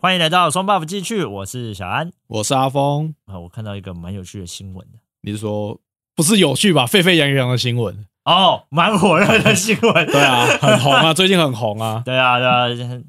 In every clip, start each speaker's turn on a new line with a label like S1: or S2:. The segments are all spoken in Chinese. S1: 欢迎来到双 buff 继续，我是小安
S2: 我是阿峰。
S1: 啊。我看到一个蛮有趣的新闻的
S2: 你是说不是有趣吧？沸沸扬扬的新闻，
S1: 哦，蛮火热的新闻。
S2: 对啊，很红 啊，最近很红啊。
S1: 对啊，对啊，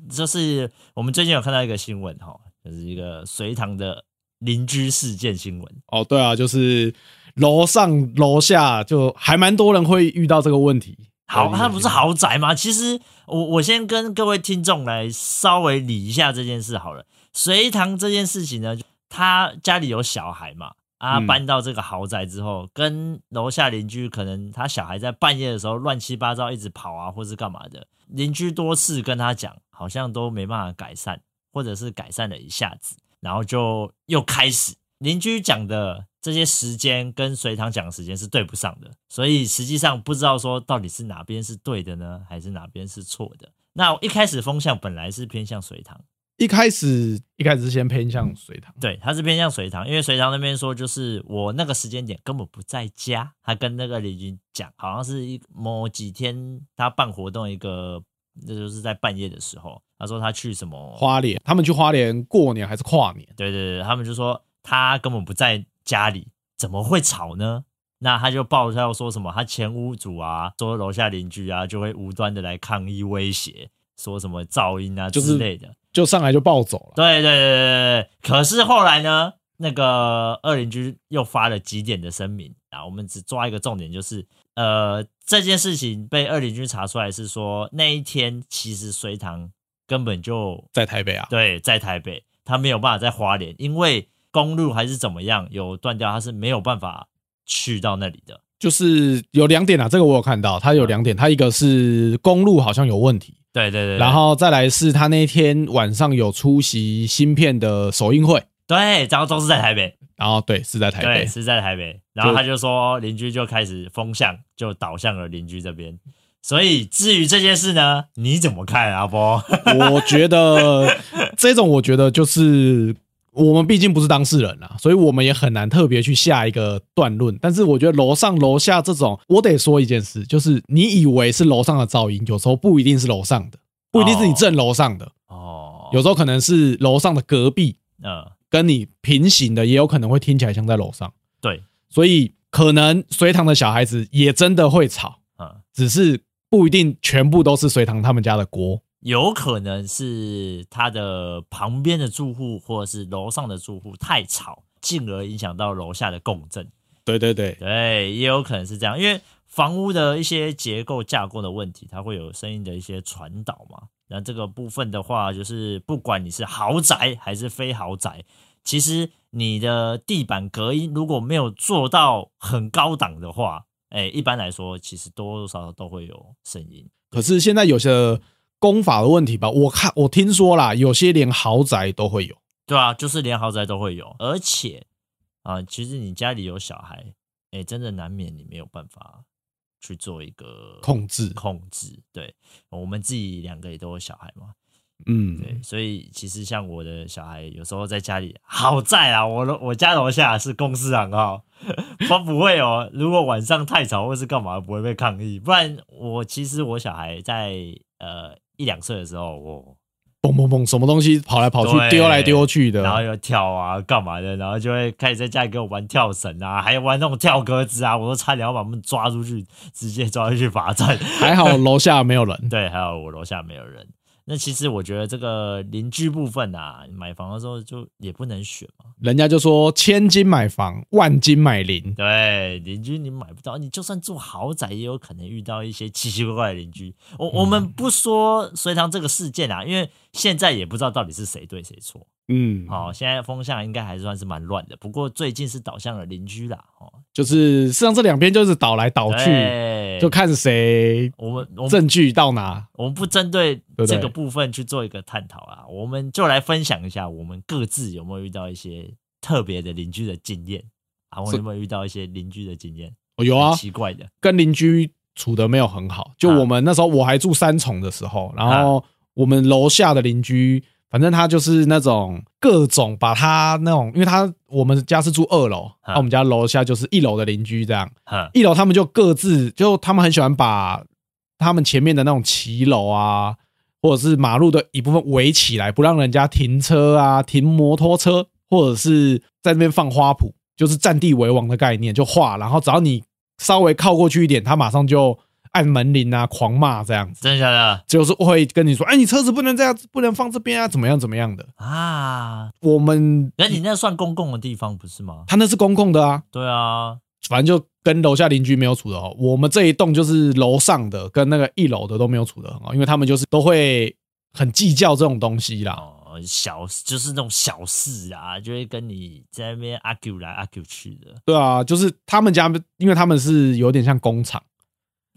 S1: 就是我们最近有看到一个新闻哈，就是一个隋唐的邻居事件新闻。
S2: 哦，对啊，就是楼上楼下就还蛮多人会遇到这个问题。
S1: 好，
S2: 对
S1: 它不是，豪宅吗？其实我我先跟各位听众来稍微理一下这件事好了。隋唐这件事情呢，他家里有小孩嘛，啊，
S2: 嗯
S1: 搬到这个豪宅之后，跟楼下邻居可能他小孩在半夜的时候乱七八糟一直跑啊，或是干嘛的，邻居多次跟他讲，好像都没办法改善，或者是改善了一下子，然后就又开始邻居讲的这些时间跟隋唐讲的时间是对不上的，所以实际上不知道说到底是哪边是对的呢，还是哪边是错的。那一开始风向本来是偏向隋唐，
S2: 一开始一开始是先偏向隋唐，
S1: 对，他是偏向隋唐，因为隋唐那边说就是我那个时间点根本不在家，他跟那个邻居讲，好像是一某几天他办活动一个，那就是在半夜的时候，他说他去什么
S2: 花莲，他们去花莲过年还是跨年？
S1: 对对对，他们就说他根本不在家里，怎么会吵呢？那他就爆料说什么，他前屋主啊，说楼下邻居啊，就会无端的来抗议威胁，说什么噪音啊
S2: 就是
S1: 之类的。
S2: 就上来就暴走了。
S1: 对对对对对对。可是后来呢，那个二邻居又发了几点的声明啊，我们只抓一个重点，就是呃，这件事情被二邻居查出来是说那一天其实隋唐根本就
S2: 在台北啊，
S1: 对，在台北，他没有办法在花莲，因为公路还是怎么样有断掉，他是没有办法去到那里的。
S2: 就是有两点啊，这个我有看到，它有两点，它一个是公路好像有问题，
S1: 对对对，
S2: 然后再来是他那天晚上有出席芯片的首映会，
S1: 对，然后都是在台北，
S2: 然后对是在台
S1: 对，
S2: 北，
S1: 是在台北。然后他就说，哦邻居就开始风向就倒向了邻居这边。所以至于这件事呢，你怎么看啊，阿波？
S2: 我觉得这种，我觉得就是我们毕竟不是当事人啊，所以我们也很难特别去下一个断论。但是我觉得楼上楼下这种，我得说一件事，就是你以为是楼上的噪音，有时候不一定是楼上的，不一定是你正楼上的，
S1: 哦，
S2: 有时候可能是楼上的隔壁
S1: 嗯，
S2: 跟你平行的，也有可能会听起来像在楼上。
S1: 对，
S2: 所以可能隋唐的小孩子也真的会吵，
S1: 嗯，
S2: 只是不一定全部都是隋唐他们家的锅。
S1: 有可能是他的旁边的住户或者是楼上的住户太吵，进而影响到楼下的共振。
S2: 对对对，
S1: 对，也有可能是这样，因为房屋的一些结构架构的问题，它会有声音的一些传导嘛。那这个部分的话，就是不管你是豪宅还是非豪宅，其实你的地板隔音如果没有做到很高档的话，哎，一般来说其实多多少少都会有声音。
S2: 可是现在有些功法的问题吧，我看我听说啦，有些连豪宅都会有。
S1: 对啊，就是连豪宅都会有，而且啊，其实你家里有小孩，哎，真的难免你没有办法去做一个
S2: 控制
S1: 控制。对，我们自己两个也都有小孩嘛，对，
S2: 嗯，
S1: 所以其实像我的小孩，有时候在家里，好在啊，我楼我家楼下是公司行号，我不会哦。如果晚上太吵或是干嘛，不会被抗议。不然我其实我小孩在呃一两岁的时候，我
S2: 嘣嘣嘣，什么东西跑来跑去
S1: 对，
S2: 丢来丢去
S1: 然后
S2: 的。
S1: 又跳啊，干嘛的，然后就会开始在家里跟我玩跳绳啊，还玩那种跳格子啊，我都差点要把他们抓出去，直接抓出去罚站。
S2: 还好楼下没有人。
S1: 对，还有我楼下没有人。那其实我觉得这个邻居部分啊，买房的时候就也不能选嘛。
S2: 人家就说千金买房，万金买邻。
S1: 对，邻居你买不到，你就算住豪宅，也有可能遇到一些奇奇怪怪的邻居。我我们不说隋唐这个事件啊，因为现在也不知道到底是谁对谁错。
S2: 嗯，
S1: 哦，现在风向应该还算是蛮乱的，不过最近是倒向了邻居啦。哦，
S2: 就是实际上这两边就是倒来倒去，
S1: 对
S2: 就看谁
S1: 哎我们我们
S2: 证据到哪。
S1: 我们不针对
S2: 不对
S1: 这个部分去做一个探讨啦，我们就来分享一下我们各自有没有遇到一些特别的邻居的经验啊，我
S2: 是
S1: 有没有遇到一些邻居的经验？
S2: 哦有啊
S1: 很，奇怪的，
S2: 跟邻居处的没有很好。就
S1: 啊
S2: 我们那时候我还住三重的时候，然后我们楼下的邻居，反正他就是那种各种把他那种，因为他我们家是住二楼，
S1: 啊
S2: 那我们家楼下就是一楼的邻居这样，
S1: 哼，
S2: 一楼他们就各自就他们很喜欢把他们前面的那种骑楼啊。或者是马路的一部分围起来，不让人家停车啊，停摩托车，或者是在那边放花圃，就是占地为王的概念，就画。然后只要你稍微靠过去一点，他马上就按门铃啊，狂骂这样子，
S1: 真的假的
S2: 就是会跟你说：“哎，你车子不能这样，不能放这边啊，怎么样怎么样的。
S1: 啊？”
S2: 我们
S1: 那你那算公共的地方不是吗？
S2: 他那是公共的啊，
S1: 对啊，
S2: 反正就跟楼下邻居没有处的哦。我们这一栋就是楼上的跟那个一楼的都没有处的很好，因为他们就是都会很计较这种东西啦。
S1: 哦，小就是那种小事啊，就会跟你在那边 argue 来 argue 去的。
S2: 对啊，就是他们家，因为他们是有点像工厂，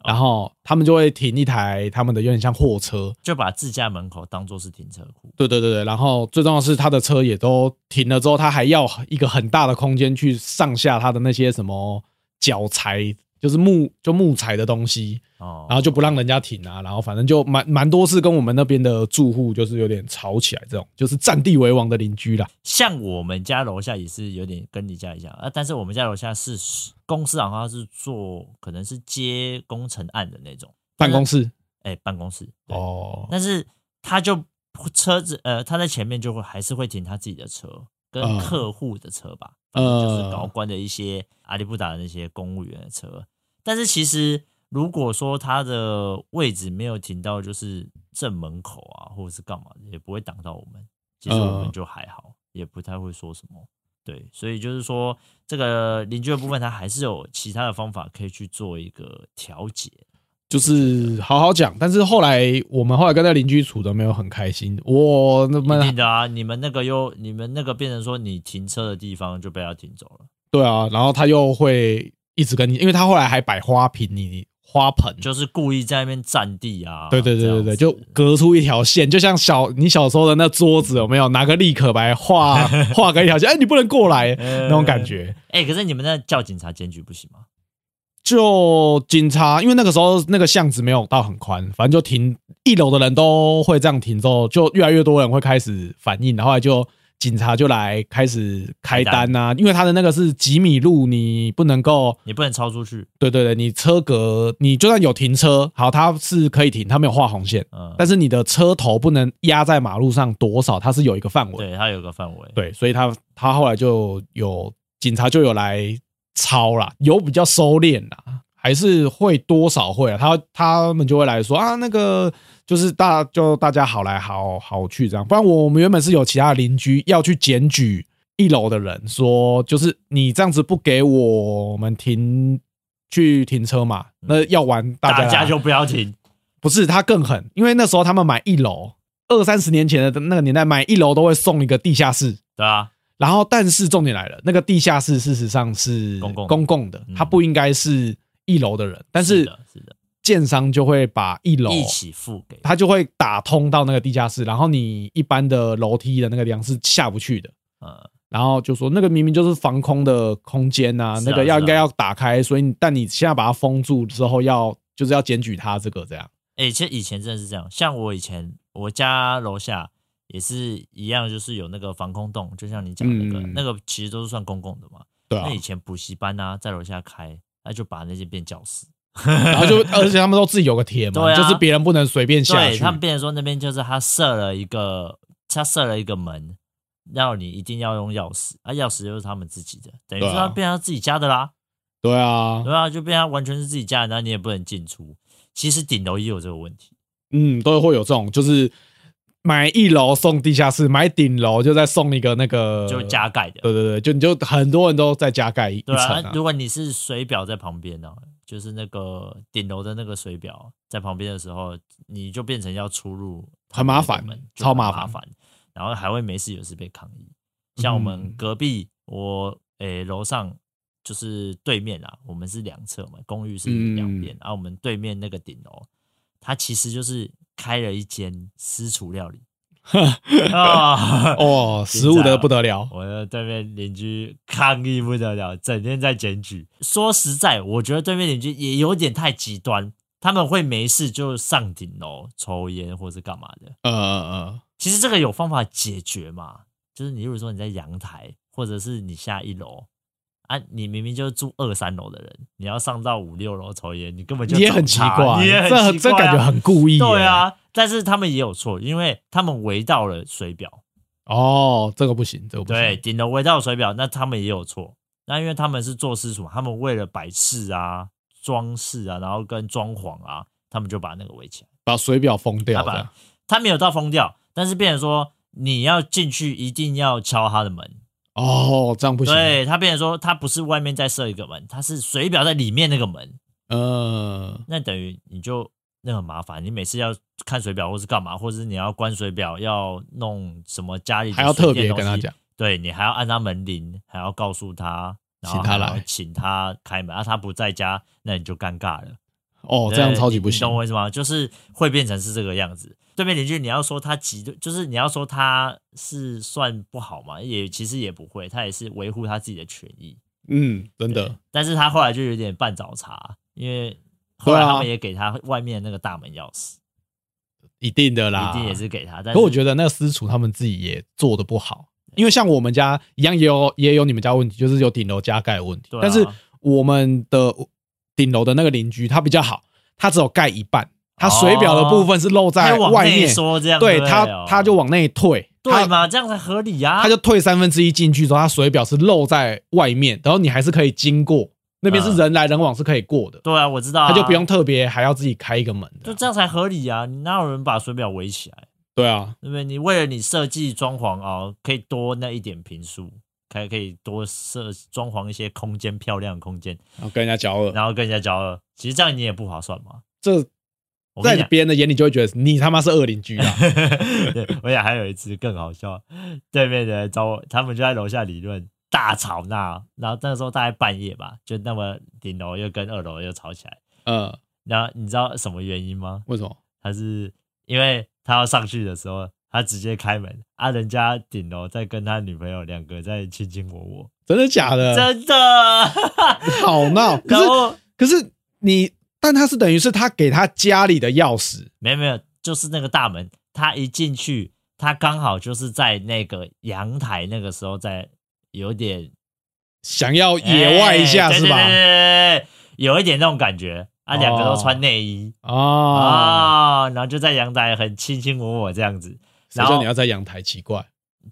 S2: 然后他们就会停一台他们的有点像货车。
S1: 就把自家门口当做是停车库。
S2: 对对对对，然后最重要的是他的车也都停了之后，他还要一个很大的空间去上下他的那些什么脚材，就是木就木材的东西，
S1: 哦，
S2: 然后就不让人家停啊，然后反正就蛮蛮多次跟我们那边的住户就是有点吵起来，这种就是占地为王的邻居啦。
S1: 像我们家楼下也是有点跟你家一样啊，但是我们家楼下是公司，好像是做可能是接工程案的那种
S2: 办公，室
S1: 但是哎、办公室对
S2: 哦，
S1: 但是他就车子呃，他在前面就会还是会停他自己的车跟
S2: 嗯
S1: 客户的车吧，
S2: 嗯
S1: 反正就是高官的一些阿里不达的那些公务员的车。但是其实如果说他的位置没有停到就是正门口啊，或者是干嘛的，也不会挡到我们。其实我们
S2: 嗯
S1: 就还好，也不太会说什么。对，所以就是说，这个邻居的部分，他还是有其他的方法可以去做一个调节。
S2: 就是好好讲。但是后来我们后来跟那邻居处的没有很开心，我那
S1: 一
S2: 么
S1: 定的啊！你们那个又，你们那个变成说你停车的地方就被他停走了，
S2: 对啊，然后他又会一直跟你，因为他后来还摆花瓶你花盆。
S1: 就是故意在那边占地啊。
S2: 嗯对对对对
S1: 这
S2: 对，就
S1: 样子
S2: 隔出一条线，就像小你小时候的那桌子有没有拿个立可白画 画个一条线？哎，你不能过来那种感。觉。
S1: 哎、可是你们那叫警察检举不行吗？
S2: 就警察，因为那个时候那个巷子没有到很宽，反正就停一楼的人都会这样停，之后就越来越多人会开始反应，然后后来就警察就来开始开单啊，因为他的那个是几米路，你不能够，
S1: 你不能超出去。
S2: 对对对，你车格你就算有停车，好，他是可以停，他没有画红线，
S1: 嗯，
S2: 但是你的车头不能压在马路上多少，它是有一个范围，
S1: 对，它有个范围。
S2: 对，所以他他后来就有警察就有来抄啦，有比较收敛啦，还是会多少会啊，他他们就会来说啊，那个就是大就大家好来好好去这样，不然我们原本是有其他的邻居要去检举一楼的人说，就是你这样子不给我们停去停车嘛，那要玩大家
S1: 大
S2: 来
S1: 家就不要停。
S2: 不是，他更狠，因为那时候他们买一楼，二三十年前的那个年代，买一楼都会送一个地下室。
S1: 对啊，
S2: 然后，但是重点来了，那个地下室事实上是
S1: 公共的
S2: 公共的
S1: 嗯，
S2: 它不应该是一楼的人，但是
S1: 的，是的，
S2: 建商就会把一楼，
S1: 一起付给。
S2: 他就会打通到那个地下室，然后你一般的楼梯的那个地方是下不去的，
S1: 呃，
S2: 然后就说那个明明就是防空的空间呐、
S1: 是啊
S2: 那个要
S1: 是啊
S2: 应该要打开，所以你但你现在把它封住之后要，就是要检举他这个啊这样，
S1: 哎、其实以前真的是这样，像我以前我家楼下。也是一样，就是有那个防空洞，就像你讲的那个，
S2: 嗯
S1: 那个其实都是算公共的嘛。
S2: 对啊
S1: 那，以前补习班啊，在楼下开，那就把那些变教室。
S2: 然后就而且他们都自己有个铁门，
S1: 对啊
S2: 就是别人不能随便下
S1: 对
S2: 去，
S1: 他们变成说那边就是他设了一个，他设了一个门，让你一定要用钥匙，啊，钥匙就是他们自己的，等于说
S2: 对啊
S1: 他变成他自己家的啦，
S2: 对啊，
S1: 对啊，就变成他完全是自己家的，然后你也不能进出。其实顶楼也有这个问题，
S2: 嗯，都会有这种，就是买一楼送地下室，买顶楼就再送一个那个，
S1: 就是加盖的，
S2: 对对对，就你就很多人都在加盖一
S1: 对
S2: 层
S1: 啊。
S2: 啊
S1: 那，如果你是水表在旁边呢、就是那个顶楼的那个水表在旁边的时候，你就变成要出入
S2: 很麻烦
S1: 那个门，就
S2: 超
S1: 很
S2: 麻
S1: 麻
S2: 烦。
S1: 烦，然后还会没事有事被抗议。像我们
S2: 嗯
S1: 隔壁，我诶楼上就是对面啊，我们是两侧嘛，公寓是两
S2: 嗯
S1: 边，然后我们对面那个顶楼，它其实就是开了一间私厨料 理啊。
S2: 哦，
S1: 现
S2: 食物
S1: 在啊
S2: 的不得 了，
S1: 我的对面邻居抗议不得了，整天在检举。说实在，我觉得对面邻居也有点太极端，他们会没事就上顶楼抽烟或是干嘛的。
S2: 呃呃
S1: 其实这个有方法解决嘛，就是你如果说你在阳台，或者是你下一楼啊，你明明就是住二三楼的人，你要上到五六楼抽烟，你根本就
S2: 你也很
S1: 找
S2: 奇
S1: 茬
S2: 怪，
S1: 你也很
S2: 这很
S1: 奇
S2: 这
S1: 怪
S2: 感觉
S1: 啊
S2: 很故意。
S1: 对，啊。但是他们也有错，因为他们围到了水表，
S2: 哦，这个不行，这个不行。
S1: 对，顶楼围到水表，那他们也有错。那因为他们是做私厨，他们为了摆饰啊、装饰啊，然后跟装潢啊，他们就把那个围起来。
S2: 把水表封掉
S1: 他把
S2: 这样
S1: 他没有到封掉，但是变成说你要进去一定要敲他的门。
S2: 哦，这样不行。
S1: 对他变成说他不是外面再设一个门，他是水表在里面那个门，
S2: 呃，
S1: 那等于你就那很麻烦。你每次要看水表或是干嘛，或者是你要关水表，要弄什么家里的
S2: 还要
S1: 水
S2: 特
S1: 电
S2: 别
S1: 东
S2: 跟他
S1: 西，
S2: 讲，
S1: 对你还要按他门铃，还要告诉他，然后
S2: 请他
S1: 还要
S2: 来
S1: 请他开门。啊，他不在家，那你就尴尬了。
S2: 哦，
S1: 对
S2: 这样超级
S1: 你
S2: 不
S1: 你
S2: 行
S1: 懂。我意思吗？就是会变成是这个样子。对面邻居，你要说他急，就是你要说他是算不好嘛，也其实也不会，他也是维护他自己的权益。
S2: 嗯，真的，
S1: 但是他后来就有点半找茬，因为后来
S2: 对啊
S1: 他们也给他外面那个大门钥匙，
S2: 一定的啦，
S1: 一定也。是给他。但
S2: 可我
S1: 得
S2: 觉得那个私厨他们自己也做的不好，因为像我们家一样，也有也有你们家问题，就是有顶楼加盖的问题
S1: 对啊。
S2: 但是我们的顶楼的那个邻居他比较好，他只有盖一半，他水表的部分是露在
S1: 哦往
S2: 外
S1: 内
S2: 面，
S1: 说这样，
S2: 对
S1: 不哦
S2: 他他就往内退，
S1: 对
S2: 他
S1: 嘛，这样才合理呀、啊。
S2: 他就退三分之一进去之后，他水表是露在外面，然后你还是可以经过，那边是人来人往是可以过的，
S1: 对啊，我知道、啊，
S2: 他就不用特别还要自己开一个门的
S1: 就这样才合理啊！你哪有人把水表围起来？
S2: 对啊，
S1: 对不对？你为了你设计装潢啊，可以多那一点平数，还可以多设装潢一些空间，漂亮的空间，
S2: 然后跟人家交恶，
S1: 然后跟人家交恶，其实这样你也不划算嘛。
S2: 这
S1: 我跟
S2: 在
S1: 你讲，
S2: 别人的眼里就会觉得你他妈是恶邻 居啊！
S1: 对我想还有一次更好笑，对面的人找我，他们就在楼下理论，大吵闹，然后那时候大概半夜吧，就那么顶楼又跟二楼又吵起来，
S2: 呃，
S1: 然后你知道什么原因吗？
S2: 为什么？
S1: 他是因为他要上去的时候，他直接开门啊，人家顶楼在跟他女朋友两个在卿卿我我，
S2: 真的假的？
S1: 真的。
S2: 好闹！
S1: 然
S2: 嗯可是
S1: 后
S2: 可是你，但他是等于是他给他家里的钥匙
S1: 没有没有，就是那个大门，他一进去，他刚好就是在那个阳台，那个时候在有点
S2: 想要野外一下
S1: 哎
S2: 是吧
S1: 对对？对对对有一点那种感觉啊，两个都
S2: 哦
S1: 穿内衣
S2: 哦，
S1: 啊、然后就在阳台很卿卿我我这样子。
S2: 谁
S1: 然后
S2: 叫你要在阳台？奇怪，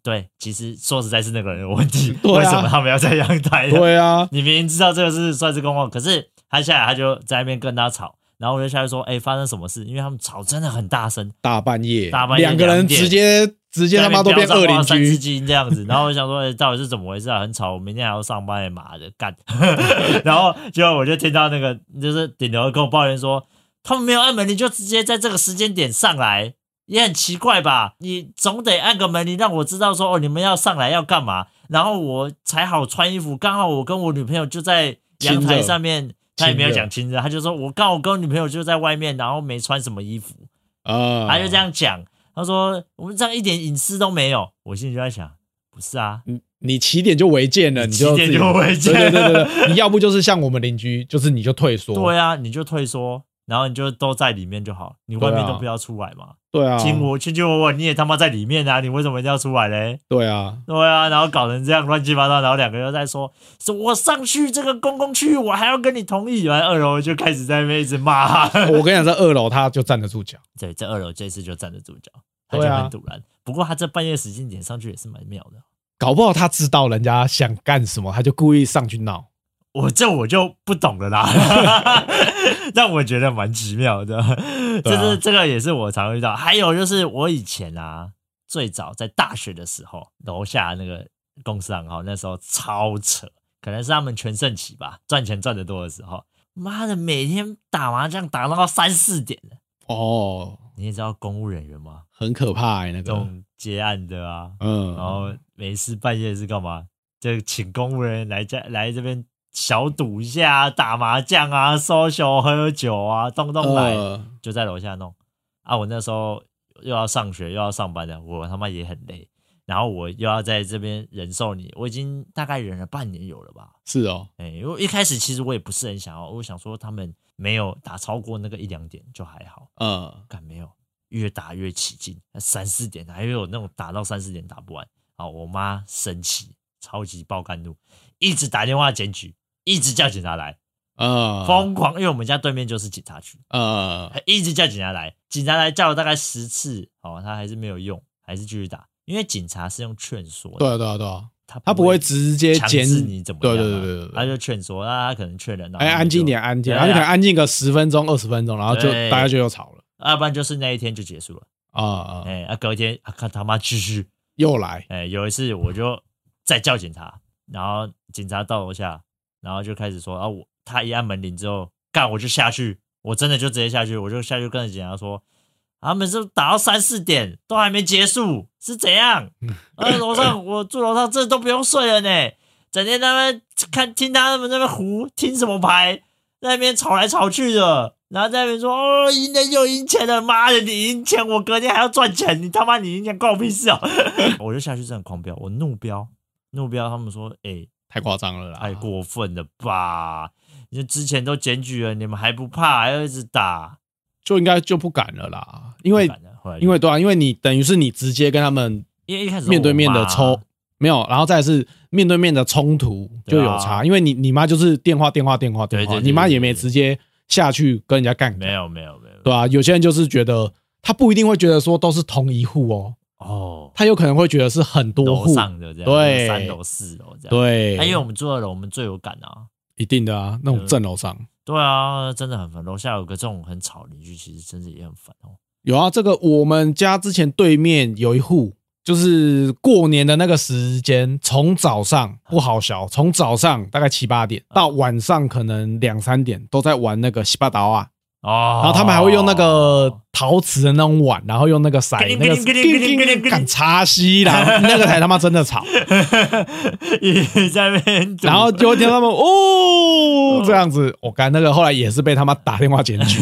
S1: 对，其实说实在是那个人的问题，
S2: 对啊
S1: 为什么他们要在阳台？
S2: 对啊，
S1: 你明明知道这个是算是公共，可是他下来他就在那边跟他吵，然后我就下去说：“哎、发生什么事？”因为他们吵真的很大声，
S2: 大半夜，
S1: 大半夜
S2: 两个人
S1: 两点
S2: 直接直接他妈都变恶邻
S1: 三字
S2: 居，
S1: 经这样子。然后我想说，哎、到底是怎么回事啊？很吵，我明天还要上班、欸，妈的，干！ 然后结果我就听到那个就是顶流跟我抱怨说，他们没有按门铃，就直接在这个时间点上来，也很奇怪吧？你总得按个门铃让我知道说，哦，你们要上来要干嘛，然后我才好穿衣服。刚好我跟我女朋友就在阳
S2: 亲
S1: 台
S2: 热
S1: 上面。他也没有
S2: 亲热
S1: 讲亲热，他就说：“我刚好我跟我女朋友就在外面，然后没穿什么衣服，
S2: 啊，
S1: 他就这样讲，他说我们这样一点隐私都没有。我心里就在想，不是啊，
S2: 你你起点就违建了，你就
S1: 起点
S2: 自己
S1: 就违建
S2: 对对对对对， 你要不就是像我们邻居，就是你就退缩，
S1: 对啊，你就退缩，然后你就都在里面就好，你外面
S2: 对啊
S1: 都不要出来嘛。
S2: 对啊，
S1: 亲我亲亲我我，你也他妈在里面啊，你为什么一定要出来嘞？
S2: 对啊，
S1: 对啊，然后搞成这样乱七八糟，然后两个又在说，说我上去这个公共区域，我还要跟你同意，完二楼就开始在那边一直骂。
S2: 我跟你讲，在二楼他就站得住脚，
S1: 对，在二楼这次就站得住脚，他就
S2: 对啊
S1: 很堵然。不过他这半夜时间点上去也是蛮妙的。
S2: 搞不好他知道人家想干什么，他就故意上去闹。
S1: 我这我就不懂了啦， 但我觉得蛮奇妙的， 这是、这个也是我常遇到。还有就是我以前啊，最早在大学的时候，楼下那个公司行号那时候超扯，可能是他们全盛期吧，赚钱赚得多的时候，妈的每天打麻将打到三四点了
S2: 哦，
S1: 你也知道公务人员嘛，
S2: 很可怕、欸、那
S1: 这
S2: 个，
S1: 种接案的啊，然
S2: 嗯，
S1: 后没事半夜是干嘛？就请公务人员来家来这边小赌一下、啊，打麻将啊，social 喝酒啊，动动来、
S2: 呃，
S1: 就在楼下弄。啊，我那时候又要上学又要上班的，我他妈也很累，然后我又要在这边忍受你，我已经大概忍了半年有了吧。
S2: 是哦，
S1: 哎、因为一开始其实我也不是很想要，我想说他们没有打超过那个一两点就还好，
S2: 呃，
S1: 干没有，越打越起劲，三四点还有那种打到三四点打不完啊！我妈生气，超级爆肝怒，一直打电话检举，一直叫警察来，
S2: 呃，
S1: 疯狂，因为我们家对面就是警察局，
S2: 呃，
S1: 一直叫警察来，警察来叫了大概十次，哦，他还是没有用，还是继续打，因为警察是用劝说的，
S2: 对啊对啊对啊，
S1: 他
S2: 他不会直接
S1: 强
S2: 检
S1: 制你怎么样
S2: 对
S1: 嘛，啊
S2: 对对对对
S1: 他
S2: 对，
S1: 就劝说，那他可能劝人，然后
S2: 哎，
S1: 你
S2: 安静一
S1: 就
S2: 点，安静，
S1: 对
S2: 他就可能
S1: 啊，
S2: 安静个十分钟、二十分钟，然后就
S1: 对
S2: 大家就又吵了
S1: 啊要不然就是那一天就结束了，
S2: 啊啊，
S1: 哎，啊，隔天啊，看他妈继续，
S2: 又来，
S1: 哎，有一次我就再叫警察，然后警察到楼下，然后就开始说啊，我他一按门铃之后，干我就下去，我真的就直接下去，我就下去跟着警察说，他们是打到三四点都还没结束，是怎样？呃，楼上我住楼上，这都不用睡了呢，整天在那边看听他们在那边胡听什么牌，在那边吵来吵去的。然后在那边说哦，赢了又赢钱了，妈的，你赢钱，我隔天还要赚钱，你他妈你赢钱关我屁事哦！我就下去真的狂飙，我怒飙，怒飙。他们说，哎、
S2: 太夸张了啦，
S1: 太过分了吧？你之前都检举了，你们还不怕，还要一直打？
S2: 就应该就不敢了啦，因为
S1: 不敢了后来就
S2: 因为对啊，因为你等于是你直接跟他们
S1: 因为一开始
S2: 面对面的
S1: 抽
S2: 抽，没有，然后再来是面对面的冲突就
S1: 对啊
S2: 有差，因为你你妈就是电话电话电话
S1: 对
S2: 电话，
S1: 对对
S2: 你妈
S1: 对
S2: 也没
S1: 对
S2: 直接下去跟人家干，
S1: 没有没有没有
S2: 对啊，有些人就是觉得他不一定会觉得说都是同一户哦，
S1: 哦，
S2: 他有可能会觉得是很多
S1: 楼
S2: 户，
S1: 上的这样，
S2: 对
S1: 楼三楼四楼这样。
S2: 对，
S1: 哎因为我们住二楼，我们最有感啊。
S2: 一定的啊，那种正楼上
S1: 对啊，真的很烦。楼下有个这种很吵的邻居，其实真的也很烦哦。
S2: 有啊，这个我们家之前对面有一户。就是过年的那个时间，从早上不好
S1: 啊
S2: 小，从早上大概七八点到晚上可能两三点，都在玩那个西巴达啊，
S1: 哦，
S2: 然后他们还会用那个陶瓷的那种碗，然后用那个骰
S1: 叮，
S2: 那个
S1: 叮叮叮叮叮叮叮
S2: 敢茶吸 啦，那个才他妈真的吵。
S1: 一直在那边赌，
S2: 然后就会听到他们
S1: 啊
S2: 哦这样子，我干那个后来也是被他妈打电话检举。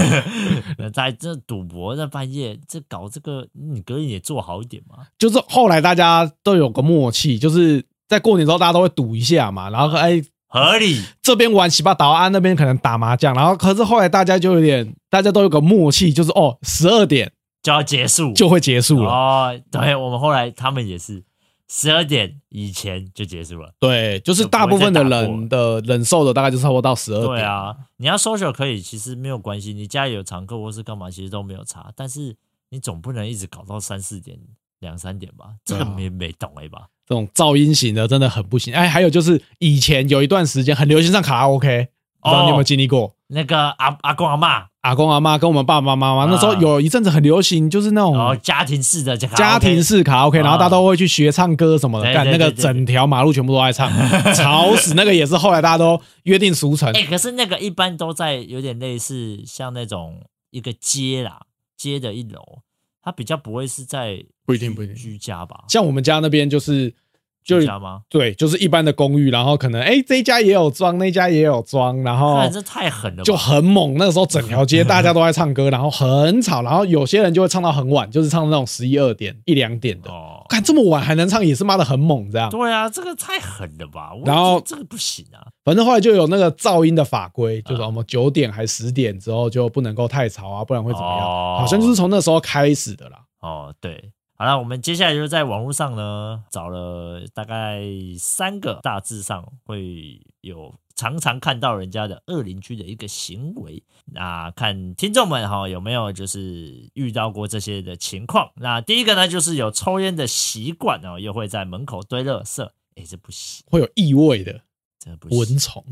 S1: 那在这赌博，在半夜这搞这个，你隔夜也做好一点嘛。
S2: 就是后来大家都有个默契，就是在过年之后大家都会赌一下嘛，然后哎
S1: 合理，
S2: 这边玩洗八岛啊，那边可能打麻将，然后可是后来大家就有点，大家都有个默契，就是哦十二点
S1: 就要结束，
S2: 就会结束了。
S1: 哦，对，我们后来他们也是十二点以前就结束了。
S2: 对，就是大部分的人的忍受的大概就差不多到十二点。
S1: 对，啊，你要 social 可以，其实没有关系，你家里有常客或是干嘛，其实都没有差。但是你总不能一直搞到三四点、两三点吧？这个
S2: 对啊
S1: 没没懂哎吧？
S2: 这种噪音型的真的很不行。哎，还有就是以前有一段时间很流行上卡拉 OK，不知道你
S1: 哦
S2: 有没有经历过？
S1: 那个阿阿公阿妈，
S2: 阿公阿妈跟我们爸爸妈妈
S1: 啊哦
S2: 那时候有一阵子很流行，就是那
S1: 然后
S2: 种
S1: 家庭式的
S2: 嗯家庭式卡拉 OK，
S1: 啊
S2: 然后大家都会去学唱歌什么的，
S1: 对
S2: 干
S1: 对
S2: 那个
S1: 对对
S2: 整条马路全部都 在唱，吵死！那个也是后来大家都约定俗成
S1: 哎、，可是那个一般都在有点类似像那种一个街啦，街的一楼，它比较不会是在
S2: 不一定
S1: 居
S2: 不一定
S1: 居家吧？
S2: 像我们家那边就是就
S1: 居家吗？
S2: 对，就是一般的公寓，然后可能哎这一家也有装，那一家也有装，然后
S1: 啊看这太狠了吧，
S2: 哦就很猛。那个时候整条街大家都在唱歌，然后很吵，然后有些人就会唱到很晚，就是唱那种十一二点、一两点的。
S1: 哦，
S2: 看这么晚还能唱，也是妈的很猛这样。
S1: 对啊，这个太狠了吧？我
S2: 然后
S1: 这这个不行啊，
S2: 反正后来就有那个噪音的法规，就是我们九点还十点之后就不能够太吵啊，不然会怎么样？
S1: 哦
S2: 好像就是从那时候开始的啦。
S1: 哦，对。好了，我们接下来就在网络上呢找了大概三个大致上会有常常看到人家的恶邻居的一个行为，那看听众们哈有没有就是遇到过这些的情况。那第一个呢，就是有抽烟的习惯哦，又会在门口堆垃圾，哎，这不行，
S2: 会有异味的
S1: 这不行
S2: 蚊，虫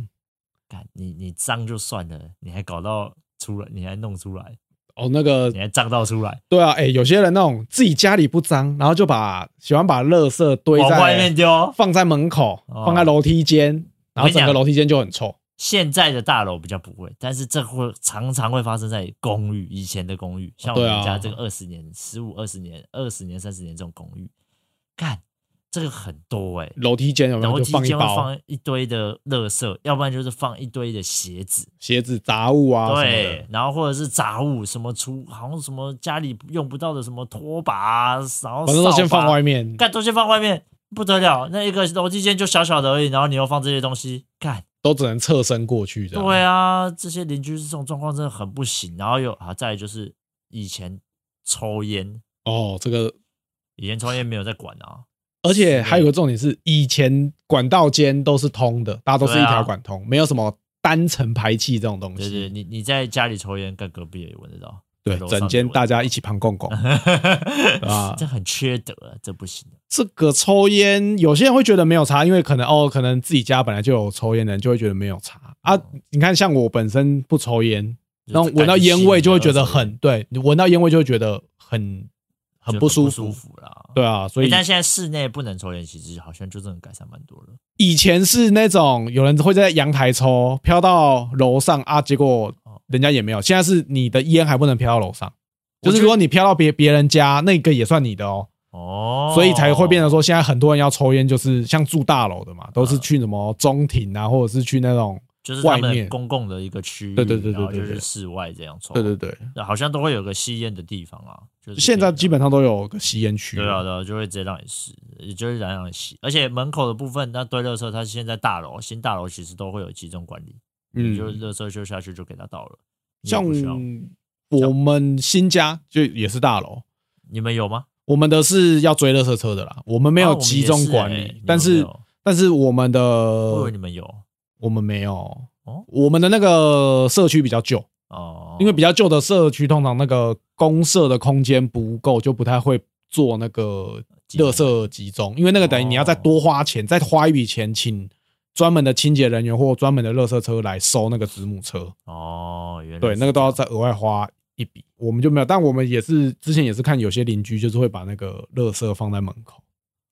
S1: 干你你脏就算了，你还搞到出来，你还弄出来，
S2: 哦，那个
S1: 你还脏到出来，
S2: 对啊，哎、有些人那种自己家里不脏，然后就把喜欢把垃圾堆
S1: 往
S2: 在
S1: 外面丢。
S2: 放在门口，
S1: 哦嗯
S2: 放在楼梯间，然后整个楼梯间就很臭。
S1: 现在的大楼比较不会，但是这会常常会发生在公寓，以前的公寓，像我
S2: 对
S1: 们
S2: 啊
S1: 家这个二十年、十五、二十年、二十年、三十年这种公寓，干这个很多哎、
S2: 楼梯间有没
S1: 然
S2: 有
S1: 后
S2: 就
S1: 期
S2: 放一
S1: 间会
S2: 包
S1: 放一堆的垃圾，要不然就是放一堆的鞋子，
S2: 鞋子杂物啊什么
S1: 对
S2: 的，，
S1: 然后或者是杂物，什么厨，好像什么家里用不到的什么拖把啊，然后
S2: 反正都先
S1: 扫把
S2: 放外面。
S1: 干都先放外面，不得了，那一个楼梯间就小小的而已，然后你又放这些东西，干。
S2: 都只能侧身过去的。
S1: 对啊，这些邻居这种状况真的很不行。然后有啊，再来就是以前抽烟，
S2: 哦，这个
S1: 以前抽烟没有在管啊，
S2: 而且还有个重点是，以前管道间都是通的，大家都是一
S1: 啊
S2: 条管通，没有什么单层排气这种东
S1: 对对，
S2: 西。
S1: 你你在家里抽烟，跟隔壁也闻得 到，
S2: 对
S1: 楼，上
S2: 整间
S1: 也闻得
S2: 大家
S1: 到。
S2: 一起盘公公
S1: 啊
S2: 啊，
S1: 这很缺德啊，这不行。
S2: 这个抽烟，有些人会觉得没有差，因为可能哦，可能自己家本来就有抽烟的人就会觉得没有差啊
S1: 嗯。
S2: 你看，像我本身不抽烟，
S1: 就是
S2: 然后闻到烟味就会觉得
S1: 感
S2: 很，对你闻到烟味就会觉得很很
S1: 就
S2: 不
S1: 不
S2: 舒
S1: 舒
S2: 服。
S1: 服啦。
S2: 对啊，所
S1: 诶
S2: 以
S1: 但现在室内不能抽烟，其实好像就真的改善蛮多了。
S2: 以前是那种有人会在阳台抽，飘到楼上啊，结果人家也没有。现在是你的烟还不能飘到楼上，
S1: 我觉
S2: 就
S1: 得
S2: 是如果你飘到别别人家，那个也算你的哦，
S1: 哦，啊
S2: 所以才会变成说，现在很多人要抽烟，就是像住大楼的嘛，都是去什么中庭啊，或者是去那种，
S1: 就是他
S2: 外
S1: 们
S2: 面
S1: 公共的一个区域，
S2: 对对对对
S1: 然后就
S2: 对
S1: 是
S2: 对
S1: 室外这样抽。
S2: 对对对，
S1: 对，好像都会有个吸烟的地方啊。就是
S2: 哦现在
S1: 变成
S2: 基本上都有个吸烟区。
S1: 对啊，对啊，就会直接让你吸，也就是让你吸。而且门口的部分，那堆垃圾，它现在大楼新大楼其实都会有集中管理，你就
S2: 嗯，
S1: 垃圾就下去就给它倒了。你也
S2: 像
S1: 不需要
S2: 我们新家就也是大楼，
S1: 你们有吗？
S2: 我们的是要追垃圾车的啦，我们没
S1: 啊
S2: 有
S1: 我们
S2: 集
S1: 也
S2: 中
S1: 是
S2: 管
S1: 欸
S2: 理，
S1: 你们
S2: 但
S1: 没
S2: 是
S1: 有
S2: 但是我们的
S1: 我以为你们有
S2: 我们没有
S1: 哦，
S2: 我们的那个社区比较旧，
S1: 哦，
S2: 因为比较旧的社区通常那个公社的空间不够，就不太会做那个
S1: 集中哦
S2: 垃圾集中，因为那个等于你要再多花钱，再花一笔钱请专门的清洁人员或专门的垃圾车来收那个子母车，
S1: 哦，原来
S2: 对，
S1: 是
S2: 那个都要
S1: 这样
S2: 再额外花。一笔我们就没有，但我们也是之前也是看有些邻居就是会把那个垃圾放在门口，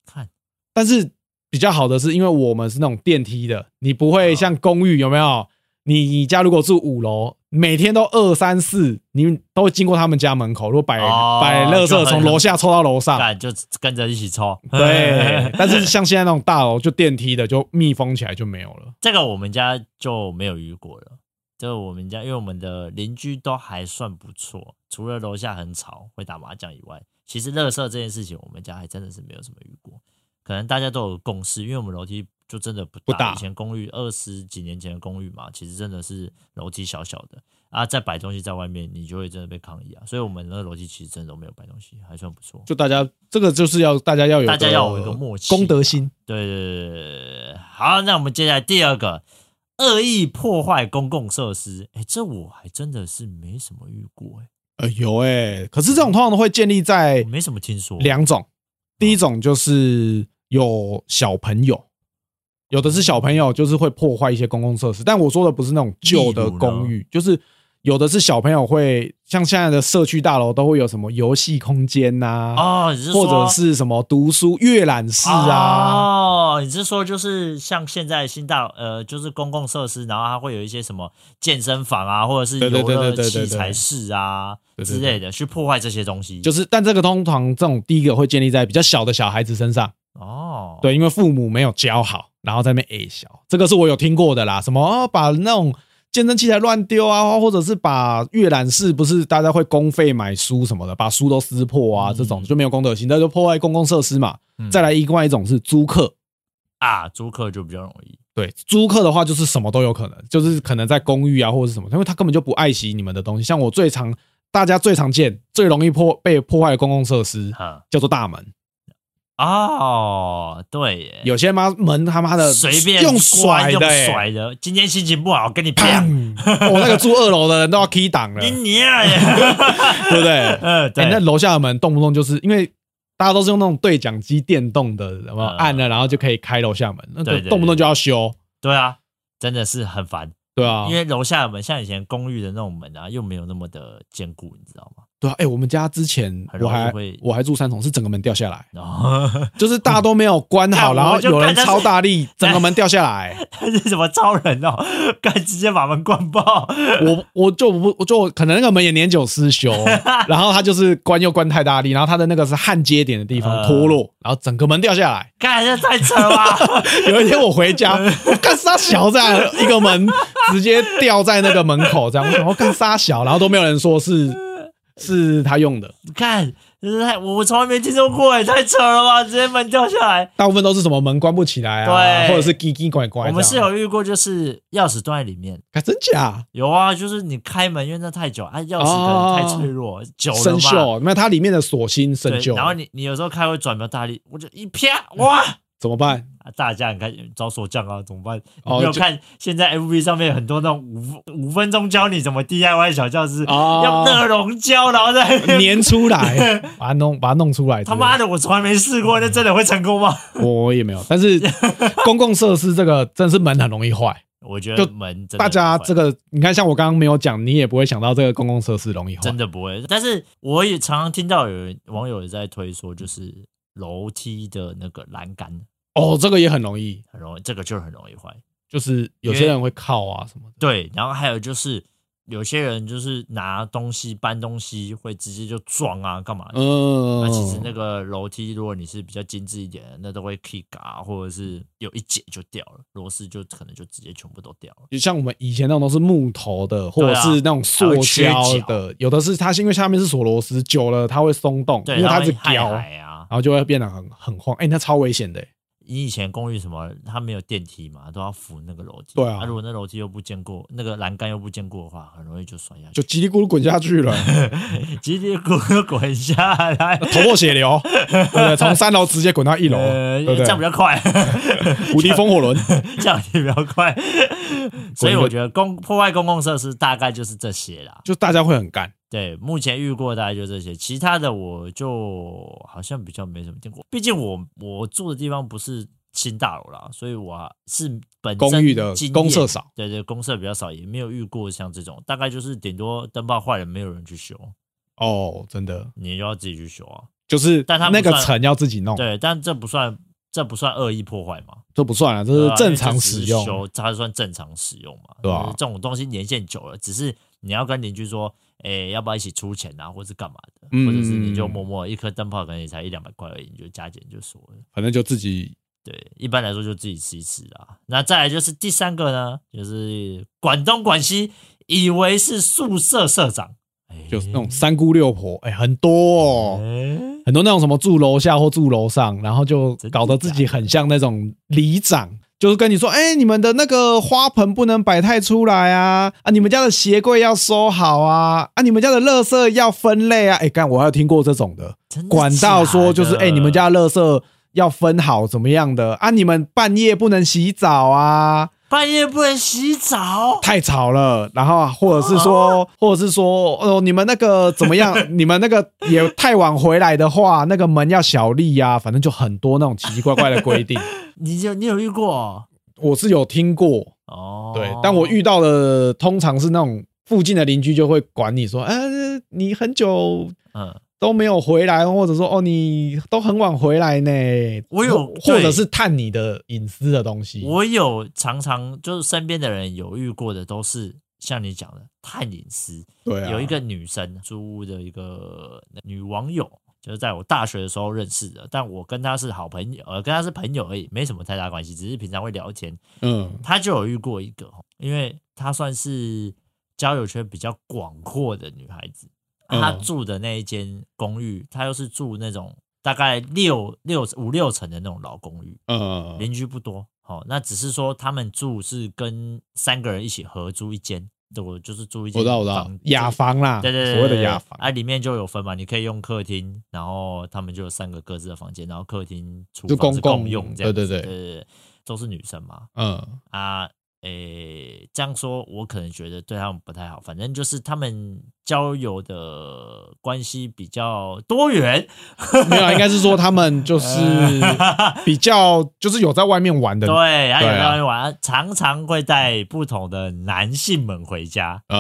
S1: 看
S2: 但是比较好的是，因为我们是那种电梯的，你不
S1: 啊
S2: 会像公寓有没有？你你家如果住五楼，每天都二三四，你都会经过他们家门口，如果摆
S1: 哦
S2: 摆垃
S1: 就
S2: 圾
S1: 很
S2: 从楼下抽到楼上。
S1: 干就跟着一起抽。
S2: 对，但是像现在那种大楼，就电梯的就密封起来就没有了。
S1: 这个我们家就没有遇过了。这个我们家，因为我们的邻居都还算不错，除了楼下很吵会打麻将以外，其实垃圾这件事情，我们家还真的是没有什么遇过。可能大家都有共识，因为我们楼梯就真的不大。
S2: 不大
S1: 以前公寓二十几年前的公寓嘛，其实真的是楼梯小小的啊，再摆东西在外面，你就会真的被抗议啊。所以我们那个楼梯其实真的都没有摆东西，还算不错。
S2: 就大家这个就是要大家要有
S1: 大家要有一个默契啊
S2: 公德心。
S1: 对对对对对，好，那我们接下来第二个，恶意破坏公共设施，哎，这我还真的是没什么遇过，哎，
S2: 呃，有哎、可是这种通常都会建立在
S1: 我没什么听说。
S2: 两种，第一种就是有小朋友，有的是小朋友就是会破坏一些公共设施，但我说的不是那种旧
S1: 例
S2: 的
S1: 如呢
S2: 公寓，就是有的是小朋友会像现在的社区大楼都会有什么游戏空间呐、
S1: 哦，你是说
S2: 或者是什么读书阅览室啊，
S1: 哦，你是说就是像现在新大呃，就是公共设施，然后它会有一些什么健身房啊，或者是
S2: 对对
S1: 游
S2: 对
S1: 乐
S2: 对对
S1: 器
S2: 对
S1: 材室啊
S2: 对对
S1: 之
S2: 对
S1: 类的，去破坏这些东西。
S2: 就是但这个通常这种第一个会建立在比较小的小孩子身上，
S1: 哦，
S2: 对，因为父母没有教好，然后在那边 A 小，这个是我有听过的啦。什么、哦把那种健身器材乱丢啊，或者是把阅览室不是大家会公费买书什么的，把书都撕破啊，
S1: 嗯
S2: 这种就没有公德心，那就破坏公共设施嘛。
S1: 嗯
S2: 再来另外一种是租客，
S1: 啊，租客就比较容易。
S2: 对，租客的话就是什么都有可能，就是可能在公寓啊或者是什么，因为他根本就不爱惜你们的东西。像我最常大家最常见、最容易破被破坏的公共设施
S1: 哈、
S2: 叫做大门。
S1: 啊哦，对耶，
S2: 有些妈门他妈的
S1: 随便
S2: 用
S1: 关
S2: 甩的、
S1: 用
S2: 欸，
S1: 甩的。今天心情不好，跟你砰
S2: 我、那个住二楼的人都要 key 档了，
S1: 你
S2: 对
S1: 娘耶！
S2: 不对？
S1: 嗯，对，
S2: 哎，那楼下的门动不动就是因为大家都是用那种对讲机电动的，然后
S1: 嗯
S2: 按了然后就可以开楼下门，那
S1: 对
S2: 个
S1: 对对
S2: 动不动就要修，
S1: 对啊，真的是很烦，
S2: 对啊
S1: 因，为楼下的门像以前公寓的那种门啊，又没有那么的坚固，你知道吗？
S2: 对啊。哎，我们家之前
S1: 很
S2: 我
S1: 容易
S2: 还
S1: 会
S2: 我还住三重，是整个门掉下来，
S1: 然后
S2: 就是大家都没有关好，
S1: 嗯
S2: 然后有
S1: 我
S2: 人
S1: 就看他是
S2: 超大力，整个门掉下来。
S1: 是什么超人哦， 干直接把门关爆，
S2: 我我就不我就可能那个门也年久失 修，然后他就是关又关太大力，然后他的那个是焊接点的地方
S1: 嗯
S2: 脱落，然后整个门掉下来。
S1: 干这太扯 了。
S2: 有一天我 回家，我干沙小这样一 个门直接掉在那个门口，这样我想我干沙小，然后都没有人说是是他用的，
S1: 看，这是太我从来没听说过，哎，太扯了吧！直接门掉下来。
S2: 大部分都是什么门关不起来啊，
S1: 对
S2: 或者是叽叽拐拐这
S1: 我
S2: 样。
S1: 们是有遇过，就是钥匙断在里面。
S2: 啊，真假
S1: 有啊，就是你开门，因为那太久，啊，钥匙可能太脆弱，久了
S2: 哦生
S1: 嘛。
S2: 锈？那它里面的锁芯生
S1: 对，
S2: 锈，
S1: 然后你你有时候开会转不了大力，我就一啪，哇！
S2: 怎 么办？
S1: 啊大家你看找锁匠啊，怎么办？
S2: 哦
S1: 你没有
S2: 就
S1: 看现在 F B 上面有很多那种五五分钟教你怎么 D I Y 小教室，
S2: 哦
S1: 用热熔胶，然后再
S2: 粘出来，把它弄把它弄出来。
S1: 他妈的，我从来没试过，那真的会成功吗？
S2: 我，我也没有。但是公共设施这个真的是门很容易坏，
S1: 我觉
S2: 就
S1: 得门真的
S2: 大家
S1: 不会
S2: 这个你看，像我刚刚没有讲，你也不会想到这个公共设施容易坏。
S1: 真的不会。但是我也常常听到有人网友也在推说，就是楼梯的那个栏杆
S2: 哦，这个也很容易，
S1: 很容易，这个就很容易坏。
S2: 就是有些人会靠啊什么的。
S1: 对，然后还有就是有些人就是拿东西搬东西会直接就撞啊，干嘛的？
S2: 嗯，
S1: 那其实那个楼梯，如果你是比较精致一点的，那都会 kick 啊，或者是有一解就掉了，螺丝就可能就直接全部都掉了。
S2: 就像我们以前那种都是木头的，或
S1: 对
S2: 者
S1: 啊
S2: 是那种塑胶
S1: 还
S2: 的，有的是它是因为下面是锁螺丝，久了它会松动，因
S1: 对，
S2: 为它是
S1: 会害
S2: 胶，然
S1: 海啊。
S2: 后就会变得很很晃。哎、那超危险的、
S1: 你以前公寓什么，它没有电梯嘛，都要扶那个楼梯。
S2: 对啊
S1: 如果那楼梯又不坚固，那个栏杆又不坚固的话，很容易就摔下去
S2: 就，叽里咕噜滚下 去了，
S1: 直接滚 滚下来。
S2: 头破血流，对不对？从三楼直接滚到一楼，
S1: 呃，
S2: 对不
S1: 这样比
S2: 对？
S1: 较 快，
S2: 无敌风火轮，
S1: 这样也比较 快。所以我觉得公破坏公共设施大概就是这些啦。
S2: 就大家会很干。
S1: 对，目前遇过大概就这些，其他的我就好像比较没什么见过。毕竟我我住的地方不是新大楼啦，所以我是本身
S2: 公寓的
S1: 经验
S2: 公社少，
S1: 对对，公社比较少，也没有遇过像这种，大概就是顶多灯泡坏了没有人去修，
S2: 哦，真的
S1: 你就要自己去修啊。
S2: 就是，
S1: 但它不
S2: 那个
S1: 算
S2: 层要自己弄，
S1: 对，但这不算这不算恶意破坏嘛，
S2: 这不算了，这
S1: 对
S2: 是
S1: 啊
S2: 正
S1: 因为
S2: 常
S1: 这只
S2: 使
S1: 是
S2: 用。
S1: 修它算正常使用嘛，
S2: 对啊
S1: 就是这种东西年限久了，只是你要跟邻居说，诶、要不要一起出钱啊，或是干嘛的，
S2: 嗯
S1: 或者是你就默默一颗灯泡可能也才一两百块而已，你就加减就说了。
S2: 反正就自己
S1: 对，一般来说就自己吃一吃啦。那再来就是第三个呢，就是管东管西，以为是宿舍社长，哎诶
S2: 就是那种三姑六婆，哎、很多哦。
S1: 诶
S2: 很多那种什么住楼下或住楼上，然后就搞得自己很像那种里长，就是跟你说，哎、你们的那个花盆不能摆太出来啊，啊，你们家的鞋柜要收好啊，啊，你们家的垃圾要分类啊，哎、干，我还有听过这种的，
S1: 真的
S2: 管
S1: 假
S2: 道说嗯就是，
S1: 的
S2: 哎、你们家的垃圾要分好怎么样的啊，你们半夜不能洗澡啊，
S1: 半夜不能洗澡，
S2: 太吵了，然后啊或者是说，或者是说，哦，你们那个怎 么样？你们那个也太晚回来的话，那个门要小力呀、反正就很多那种奇奇怪怪的规定，
S1: 你就你有遇过哦
S2: 我是有听过，
S1: 哦？
S2: 对，但我遇到的通常是那种附近的邻居就会管你说，呃，你很久
S1: 嗯，
S2: 都没有回来，或者说，哦，你都很晚回来呢，
S1: 我有
S2: 或或者
S1: 对
S2: 是探你的隐私的东西，
S1: 我有常常就是身边的人有遇过的，都是像你讲的探隐私。
S2: 对啊，
S1: 有一个女生租屋的一个女网友，就是在我大学的时候认识的，但我跟她是好朋友，呃，跟她是朋友而已，没什么太大关系，只是平常会聊天。
S2: 嗯，
S1: 她就有遇过一个哦，因为她算是交友圈比较广阔的女孩子，
S2: 嗯
S1: 她住的那一间公寓，她又是住那种大概六六五六层的那种老公寓，
S2: 呃，
S1: 邻居不多，好、那只是说他们住是跟三个人一起合租一间，对，我就是住一间
S2: 我
S1: 房，
S2: 知道，我知道，雅房啦，
S1: 对，对对对，
S2: 所谓的
S1: 对
S2: 雅房，
S1: 啊，里面就有分嘛，你可以用客厅，然后他们就有三个各自的房间，然后客厅、厨
S2: 就
S1: 房
S2: 公
S1: 是
S2: 共
S1: 共用，这
S2: 对
S1: 样
S2: 对
S1: 子
S2: 对
S1: 对对对，都是女生嘛，
S2: 嗯，
S1: 啊，诶，这样说我可能觉得对他们不太好，反正就是他们交友的关系比较多元，
S2: 没有啊，应该是说他们就是 比较就是有在外面玩的，
S1: 对，还有
S2: 对啊
S1: 在外面玩，常常会带不同的男性们回家
S2: 呃，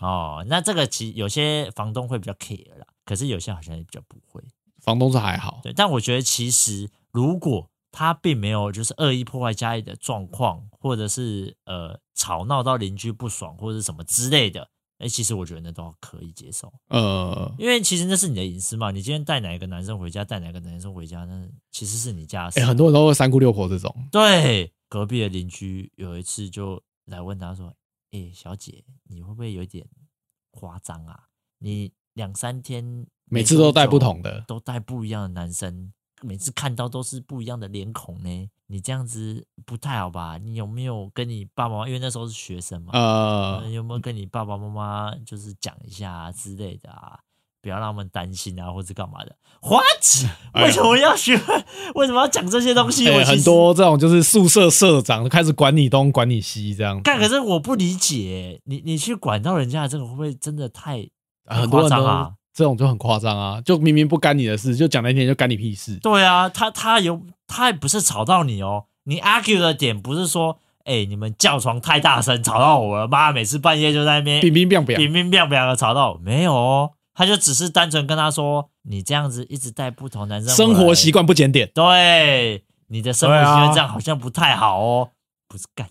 S1: 哦。那这个其有些房东会比较 care 啦，可是有些好像也比较不会。
S2: 房东是还好，
S1: 对，但我觉得其实如果他并没有就是恶意破坏家里的状况，或者是呃吵闹到邻居不爽或者什么之类的，哎，其实我觉得那都可以接受，
S2: 呃，
S1: 因为其实那是你的隐私嘛。你今天带哪一个男生回家，带哪个男生回家，那其实是你家的事
S2: 哎，。很多人都会三姑六婆这种，
S1: 对，隔壁的邻居有一次就来问他说：“哎、小姐，你会不会有点夸张啊？你两三天，
S2: 每次都带不，同的，
S1: 都带不一样的男生，每次看到都是不一样的脸孔呢。你这样子不太好吧？你有没有跟你爸妈？因为那时候是学生嘛，
S2: 呃
S1: 呃，有没有跟你爸爸妈妈就是讲一下、啊、之类的啊？不要让他们担心啊，或者干嘛的？What？
S2: 哎呀
S1: 为什么要学？ 为什么要讲这些东西？
S2: 哎
S1: 我其实
S2: 很多这种就是宿舍社长开始管你东管你西这样，
S1: 干，可是我不理解，欸你你去管到人家的这个，会不会真的太
S2: 啊很多人
S1: 夸张
S2: 都
S1: 啊
S2: 这种就很夸张啊，就明明不干你的事，就讲那天就干你屁事。
S1: 对啊？他他有他也不是吵到你哦，你 argue 的点不是说，哎、你们叫床太大声，吵到我了，妈，每次半夜就在那边
S2: 冰冰冰冰，
S1: 乒乒乓乓的吵到我，没有哦，他就只是单纯跟他说，你这样子一直带不同男生，
S2: 生活习，惯不检点，
S1: 对，你的生活习
S2: 对
S1: 惯
S2: 啊
S1: 这样好像不太好哦，不是干，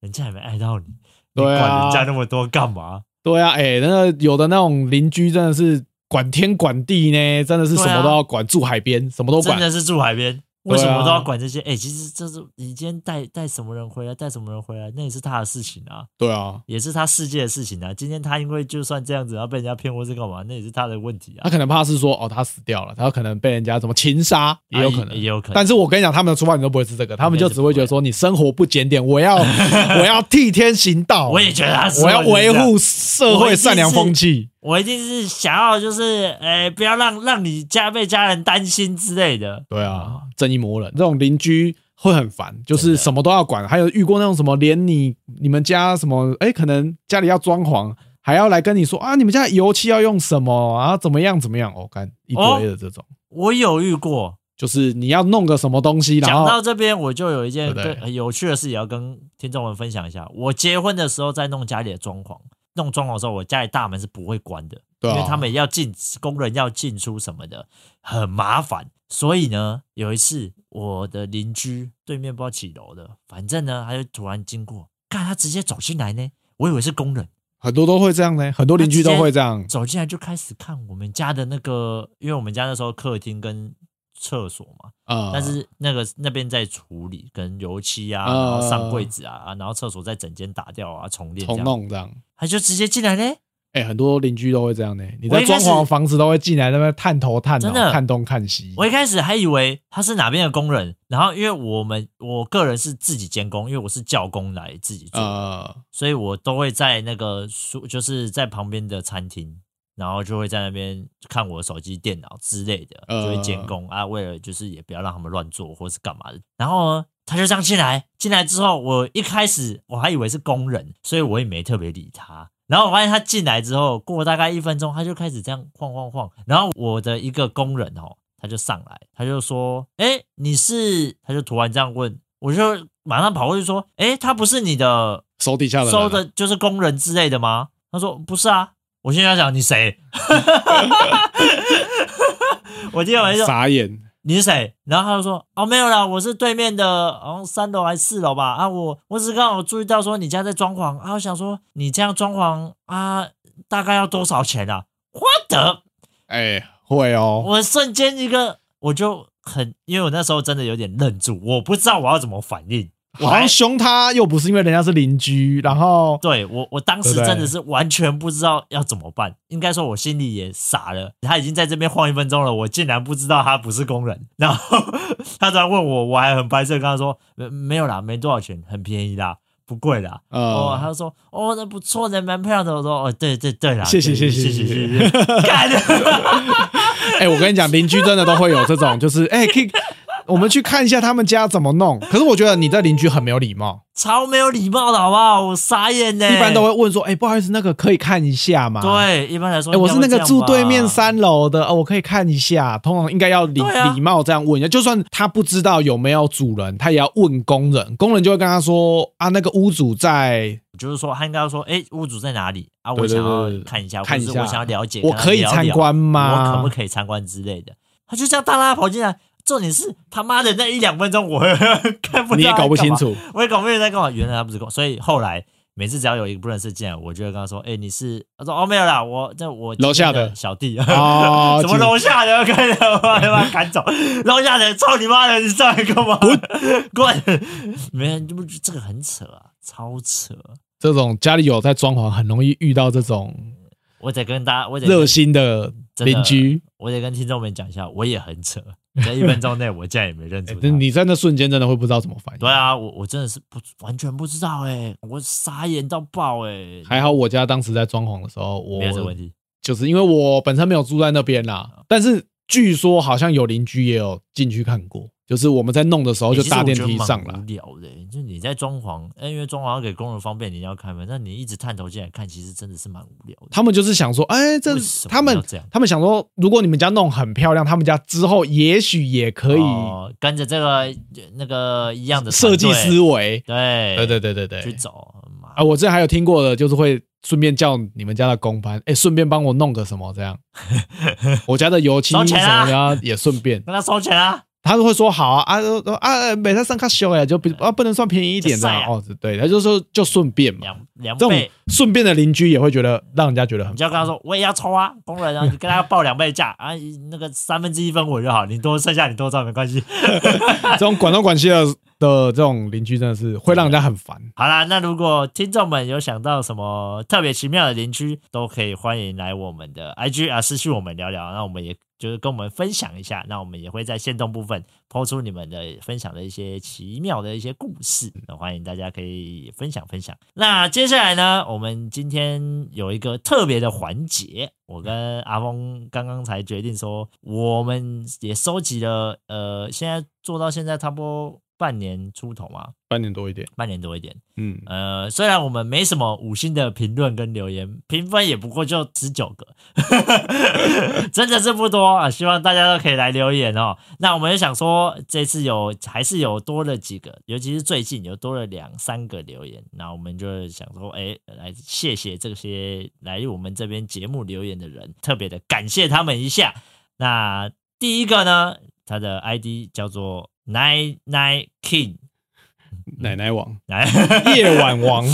S1: 人家也没爱到你，你
S2: 对啊
S1: 管人家那么多干嘛？
S2: 对啊，哎，那个有的那种邻居真的是管天管地呢，真的
S1: 啊
S2: 是什么都要管，住海边什么都
S1: 真
S2: 管，
S1: 的是住海边，为什
S2: 对啊
S1: 么都要管这些？哎、其实这是你今天带带什么人回来，带什么人回来，那也是他的事情啊，
S2: 对啊，
S1: 也是他世界的事情啊。今天他因为就算这样子，然后被人家骗或是干嘛，那也是他的问题啊
S2: 他。可能怕是说哦他死掉了，他有可能被人家怎么情杀，也有可
S1: 啊
S2: 能
S1: 也。有可能。
S2: 但是我跟你讲，他们的出发点都不会是这个，他们就只会觉得说你生活不检点，我要我要替天行道，
S1: 我也觉得他是
S2: 我要维护社
S1: 我一
S2: 会
S1: 定
S2: 善良
S1: 是
S2: 风气。
S1: 我一定是想要就是，呃，不要让让你家被家人担心之类的。
S2: 对啊，正义魔人这种邻居会很烦，就
S1: 真
S2: 是
S1: 的
S2: 什么都要管。还有遇过那种什么，连你你们家什么，哎，可能家里要装潢，还要来跟你说啊，你们家油漆要用什么啊，怎么样怎么样，哦，干一堆的这种，
S1: 我有遇过，
S2: 就是你要弄个什么东西，然
S1: 讲到
S2: 后
S1: 这边我就有一件
S2: 对不
S1: 跟
S2: 对
S1: 很有趣的事，也要跟听众们分享一下。我结婚的时候在弄家里的装潢，弄装潢的时候，我家里大门是不会关的，
S2: 对
S1: 因为
S2: 啊，
S1: 他们要进工人要进出什么的，很麻烦。所以呢，有一次我的邻居对面不知道几楼的，反正呢他就突然经过，看他直接走进来呢，我以为是工人。
S2: 很多都会这样呢，很多邻居都会这样，
S1: 走进来就开始看我们家的那个，因为我们家那时候客厅跟厕所嘛，
S2: 啊，
S1: 但是那个那边在处理，跟油漆啊，
S2: 啊
S1: 然后上柜子啊，然后厕所再整间打掉啊，重练这
S2: 重
S1: 样，
S2: 弄这样。
S1: 他就直接进来嘞，
S2: 哎、很多邻居都会这样呢、你
S1: 我
S2: 在
S1: 一开
S2: 装
S1: 始
S2: 潢房子都会进来那边探头探脑
S1: 真的、
S2: 看东看西。
S1: 我一开始还以为他是哪边的工人，然后因为我们我个人是自己监工，因为我是教工来自己做，
S2: 呃，
S1: 所以我都会在那个书，就是在旁边的餐厅，然后就会在那边看我的手机、电脑之类的，
S2: 呃
S1: 就会监工啊。为了就是也不要让他们乱做或是干嘛的。然后呢，他就这样进来，进来之后，我一开始我还以为是工人，所以我也没特别理他。然后我发现他进来之后，过大概一分钟，他就开始这样晃晃晃。然后我的一个工人哦，他就上来，他就说：“哎，你是？”他就突然这样问，我就马上跑过去说：“哎，他不是你的
S2: 手底下的人啊
S1: 收的就是工人之类的吗？他说不是啊，我现在要讲你谁？ 我今天晚上说
S2: 啊傻眼，
S1: 你是谁？然后他就说哦没有啦，我是对面的，好像三楼还是四楼吧？啊，我我只是刚好注意到说你家在装潢啊，我想说你这样装潢啊，大概要多少钱啊？我的，
S2: 哎、会哦，
S1: 我瞬间一个我就很，因为我那时候真的有点愣住，我不知道我要怎么反应。我
S2: 好
S1: 还
S2: 像凶他又不是因为人家是邻居，然后
S1: 对我，我当时
S2: 对不对
S1: 真的是完全不知道要怎么办。应该说，我心里也傻了。他已经在这边晃一分钟了，我竟然不知道他不是工人。然后 他突然问我，我还很白色跟他说：“没没有啦，没多少钱，很便宜啦，不贵啦。”哦，他
S2: 呃，
S1: 就说：“哦，那不错呢，蛮漂亮的。”我说：“哦，对对对啦，
S2: 谢谢
S1: 对
S2: 谢
S1: 谢
S2: 谢
S1: 谢
S2: 谢
S1: 谢谢。” 干，
S2: 哎、我跟你讲，邻居真的都会有这 种，就是哎、可以我们去看一下他们家怎么弄。可是我觉得你的邻居很没有礼貌，
S1: 超没有礼貌的好不好？我傻眼呢。
S2: 一般都会问说，哎、不好意思，那个可以看一下吗？。
S1: 对，啊一般来说应
S2: 哎、
S1: 该
S2: 我
S1: 会
S2: 是
S1: 这样吧，
S2: 那个住对面三楼的，哦，我可以看一下。通常应该要礼、
S1: 对啊
S2: 礼貌这样问一下，就算他不知道有没有主人，他也要问工人，工人就会跟他说啊，那个屋主在
S1: 就是说，他应该要说，哎、屋主在哪里啊？
S2: 对
S1: 我
S2: 对
S1: 想要
S2: 对对
S1: 看一下，
S2: 看一
S1: 或
S2: 下
S1: 者是我想要了解，
S2: 我可以
S1: 跟他聊
S2: 参
S1: 聊
S2: 观吗
S1: 我可不可以参观之类的？他就这样大拉跑进来，重点是他妈的那一两分钟，我 看不到
S2: 你也
S1: 他
S2: 搞不
S1: 干
S2: 清
S1: 嘛，
S2: 楚，
S1: 我也搞不清楚在干嘛。原来他不是公，所以后来每次只要有一个不认识进来，我就会跟他说，哎、你是？他说哦没有啦，我这我
S2: 楼下的
S1: 今天小弟。
S2: 哦
S1: 什么楼下的？快点把他妈赶 走！楼下的，操你妈的！你上来干嘛？ 滚！滚！没人，这不这个很扯啊，超扯。
S2: 这种家里有在装潢，很容易遇到这种
S1: 我得跟大家，我得
S2: 热心的邻居，
S1: 我得跟听众们讲一下，我也很扯， 在一分钟内我竟然也没 认出他。
S2: 欸你在那瞬间真的会不知道怎么反应。
S1: 对啊，我我真的是不完全不知道哎、我傻眼到爆哎、
S2: 还好我家当时在装潢的时候，我
S1: 没有这个问题。
S2: 就是因为我本身没有住在那边
S1: 啊
S2: 啦，但是据说好像有邻居也有进去看过，就是我们在弄的时候
S1: 欸
S2: 就
S1: 其实
S2: 搭
S1: 我
S2: 电
S1: 觉得
S2: 梯
S1: 蛮
S2: 上
S1: 无
S2: 来。
S1: 聊的欸、就你在装潢，欸因为装潢要给工人方便，你要开门，那你一直探头进来看，其实真的是蛮无聊的。
S2: 他们就是想说，哎、这
S1: 为什么
S2: 他们
S1: 要这样
S2: 他们想说，如果你们家弄很漂亮，他们家之后也许也可以
S1: 哦跟着这个那个一样的
S2: 设计
S1: 团队
S2: 思维。
S1: 对
S2: 对对对对对
S1: 去，走。妈
S2: 啊，我之前还有听过的，就是会顺便叫你们家的工班，哎、顺便帮我弄个什么 这样，我家的油漆
S1: 收
S2: 什
S1: 钱啊
S2: 么的啊也顺便，
S1: 跟他收钱啊！
S2: 他都会说好啊啊呃啊，每次上课修呀，就比啊不能算便宜一点的、
S1: 就晒啊
S2: 哦，对，他就说就顺便嘛，
S1: 两两
S2: 这种
S1: 倍，
S2: 顺便的邻居也会觉得让人家觉得很
S1: 你就要跟他说，我也要抽啊，工人啊，你跟他报两倍价啊，那个三分之一分我就好，你多剩下你多照没关系。
S2: 这种管东管西的的这种邻居真的是会让人家很烦。
S1: 好啦，那如果听众们有想到什么特别奇妙的邻居，都可以欢迎来我们的 IG 啊，私讯我们聊聊，那我们也就是跟我们分享一下，那我们也会在线动部分抛出你们的分享的一些奇妙的一些故事，那欢迎大家可以分享分享。那接下来呢，我们今天有一个特别的环节，我跟阿峰刚刚才决定说，我们也收集了，呃，现在做到现在差不多半年出头嘛，
S2: 半年多一点，
S1: 半年多一点。
S2: 嗯，
S1: 呃，虽然我们没什么五星的评论跟留言，评分也不过就十九个， 真的是不多啊！希望大家都可以来留言哦。那我们也想说，这次有还是有多了几个，尤其是最近有多了两三个留言，那我们就想说，哎，来谢谢这些来我们这边节目留言的人，特别的感谢他们一下。那第一个呢，他的 ID 叫做 Nine Nine King，
S2: 奶奶王，
S1: 来。
S2: 夜晚王，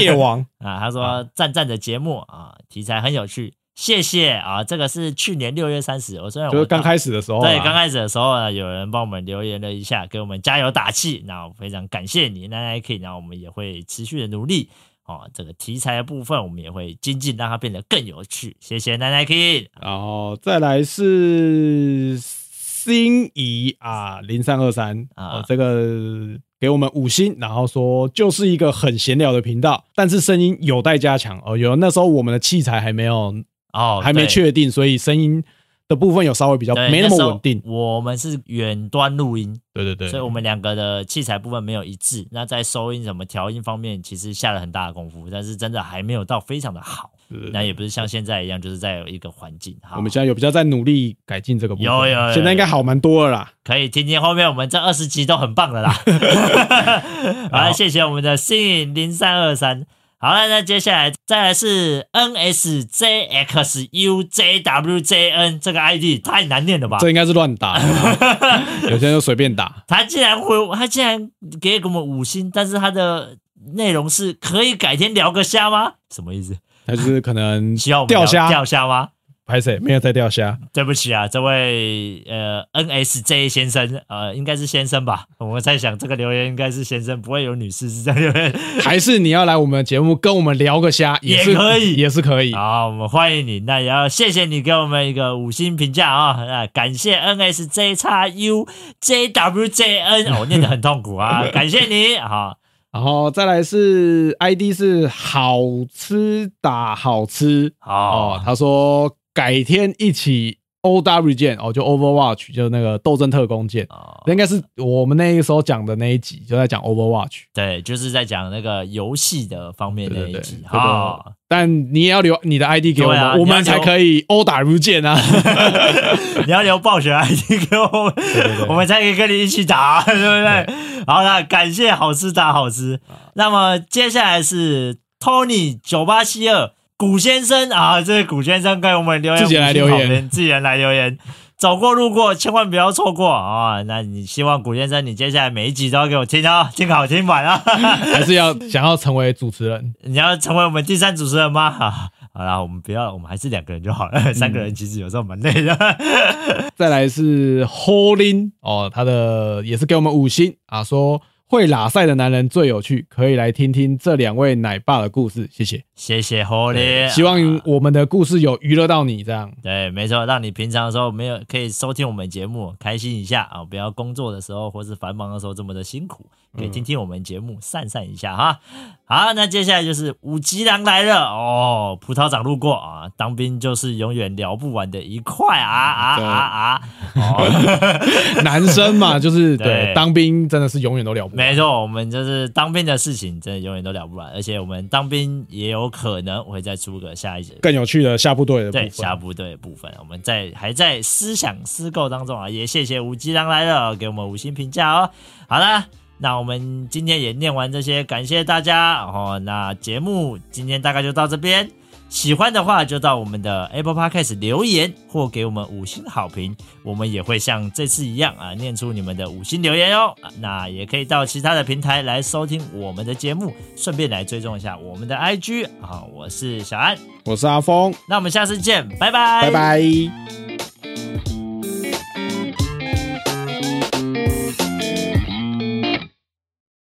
S2: 夜 王，
S1: 啊，他说赞赞的节目啊，题材很有趣，谢谢啊。这个是去年六月三十，我虽然我
S2: 就是刚
S1: 始
S2: 开始的时候啊，
S1: 对刚开始的时候呢，有人帮我们留言了一下，给我们加油打气，那我非常感谢你，那也可以，那我们也会持续的努力。哦，这个题材的部分我们也会精进，让它变得更有趣。谢谢奶奶 King，
S2: 然后再来是心仪啊，零三二三
S1: 啊
S2: 啊，这个给我们五星，然后说就是一个很闲聊的频道，但是声音有待加强哦。有那时候我们的器材还没有，
S1: 哦，
S2: 还没
S1: 对
S2: 确定，所以声音的部分有稍微比较
S1: 对
S2: 没
S1: 那
S2: 那
S1: 时
S2: 么
S1: 候
S2: 稳定。
S1: 我们是远端录音，
S2: 对对对，
S1: 所以我们两个的器材部分没有一致。那在收音什么调音方面，其实下了很大的功夫，但是真的还没有到非常的好。
S2: 对对对
S1: 那也不是像现在一样，就是在有一个环境。好，
S2: 我们现在有比较在努力改进这个部分，
S1: 有有有有
S2: 现在应该好蛮多了啦。
S1: 可以听听后面我们这二十集都很棒的 啦。 好了，谢谢我们的幸运零三二三。好了，那接下来再来是 N S J X U J W J N 这个 ID 太难念了吧？
S2: 这应该是乱打的， 有些人就随便打。
S1: 他竟然回，他竟然给我们五星，但是他的内容是可以改天聊个虾吗？什么意思？
S2: 他就是可能
S1: 需要我们
S2: 钓
S1: 聊
S2: 虾，
S1: 钓虾吗？
S2: 拍谁没有在钓虾？
S1: 对不起啊，这位呃 N S J 先生，呃，应该是先生吧？我在想这个留言应该是先生，不会有女士是这样留 言。
S2: 还是你要来我们节目跟我们聊个虾，是
S1: 也可以啊
S2: 也是可以。
S1: 好，我们欢迎你，那也要谢谢你给我们一个五星评价啊、那感谢 N S J 叉 U J W J N，我、哦、念得很痛苦 啊，感谢你，好，
S2: 然后再来是 ID 是好吃打好吃哦
S1: 好，，
S2: 他说改天一起 O W 见哦，就 Overwatch 就那个斗争特工见，
S1: 哦
S2: 那应该是我们那个时候讲的那一集，就在讲 Overwatch。
S1: 对，就是在讲那个游戏的方面那
S2: 对
S1: 一
S2: 对
S1: 集
S2: 对，
S1: 好，
S2: 但你也要留你的 ID 给
S1: 对
S2: 我们，
S1: 啊
S2: 我
S1: 你要留
S2: 们才可以 O W 见啊。
S1: 你要留暴雪 ID 给我们，
S2: 对对
S1: 我们才可以跟你一起打，对不对？好了，感谢好吃打好吃。
S2: 啊
S1: 那么接下来是 Tony 九八七二古先生啊，这是古先生给我们留言，
S2: 自己来留言
S1: 五星好评，自己人来留言。走过路过，千万不要错过啊、那你希望古先生，你接下来每一集都要给我听啊、听好听满啊！
S2: 还是要想要成为主持人，
S1: 你要成为我们第三主持人吗？ 啊好啦，我们不要，我们还是两个人就好
S2: 嗯
S1: 了。三个人其实有时候蛮累的。
S2: 再来是 Holin 哦，他的也是给我们五星啊，说会拉塞的男人最有趣，可以来听听这两位奶爸的故事，谢谢。
S1: 谢谢 Holy，
S2: 希望我们的故事有娱乐到你，这样
S1: 对，没错，让你平常的时候没有可以收听我们节目，开心一下啊！不要工作的时候或是繁忙的时候这么的辛苦，可以听听我们节目，散散一下哈。好，那接下来就是五级狼来了哦，葡萄长路过啊，当兵就是永远聊不完的一块啊啊啊啊！哦，
S2: 男生嘛，就是
S1: 对
S2: 对当兵真的是永远都了不完。
S1: 没错，我们就是当兵的事情，真的永远都聊不完，而且我们当兵也有可能会再出个下一集。
S2: 更有趣的下部队的部
S1: 对
S2: 分，
S1: 下部队的部分，我们在还在思想思构当中啊，也谢谢吴鸡郎来了，给我们五星评价哦。好啦，那我们今天也念完这些，感谢大家哦。那节目今天大概就到这边，喜欢的话就到我们的 Apple Podcast 留言或给我们五星好评，我们也会像这次一样啊，念出你们的五星留言哦。啊那也可以到其他的平台来收听我们的节目，顺便来追踪一下我们的 IG 啊。我是小安，
S2: 我是阿峰，
S1: 那我们下次见，拜
S2: 拜拜。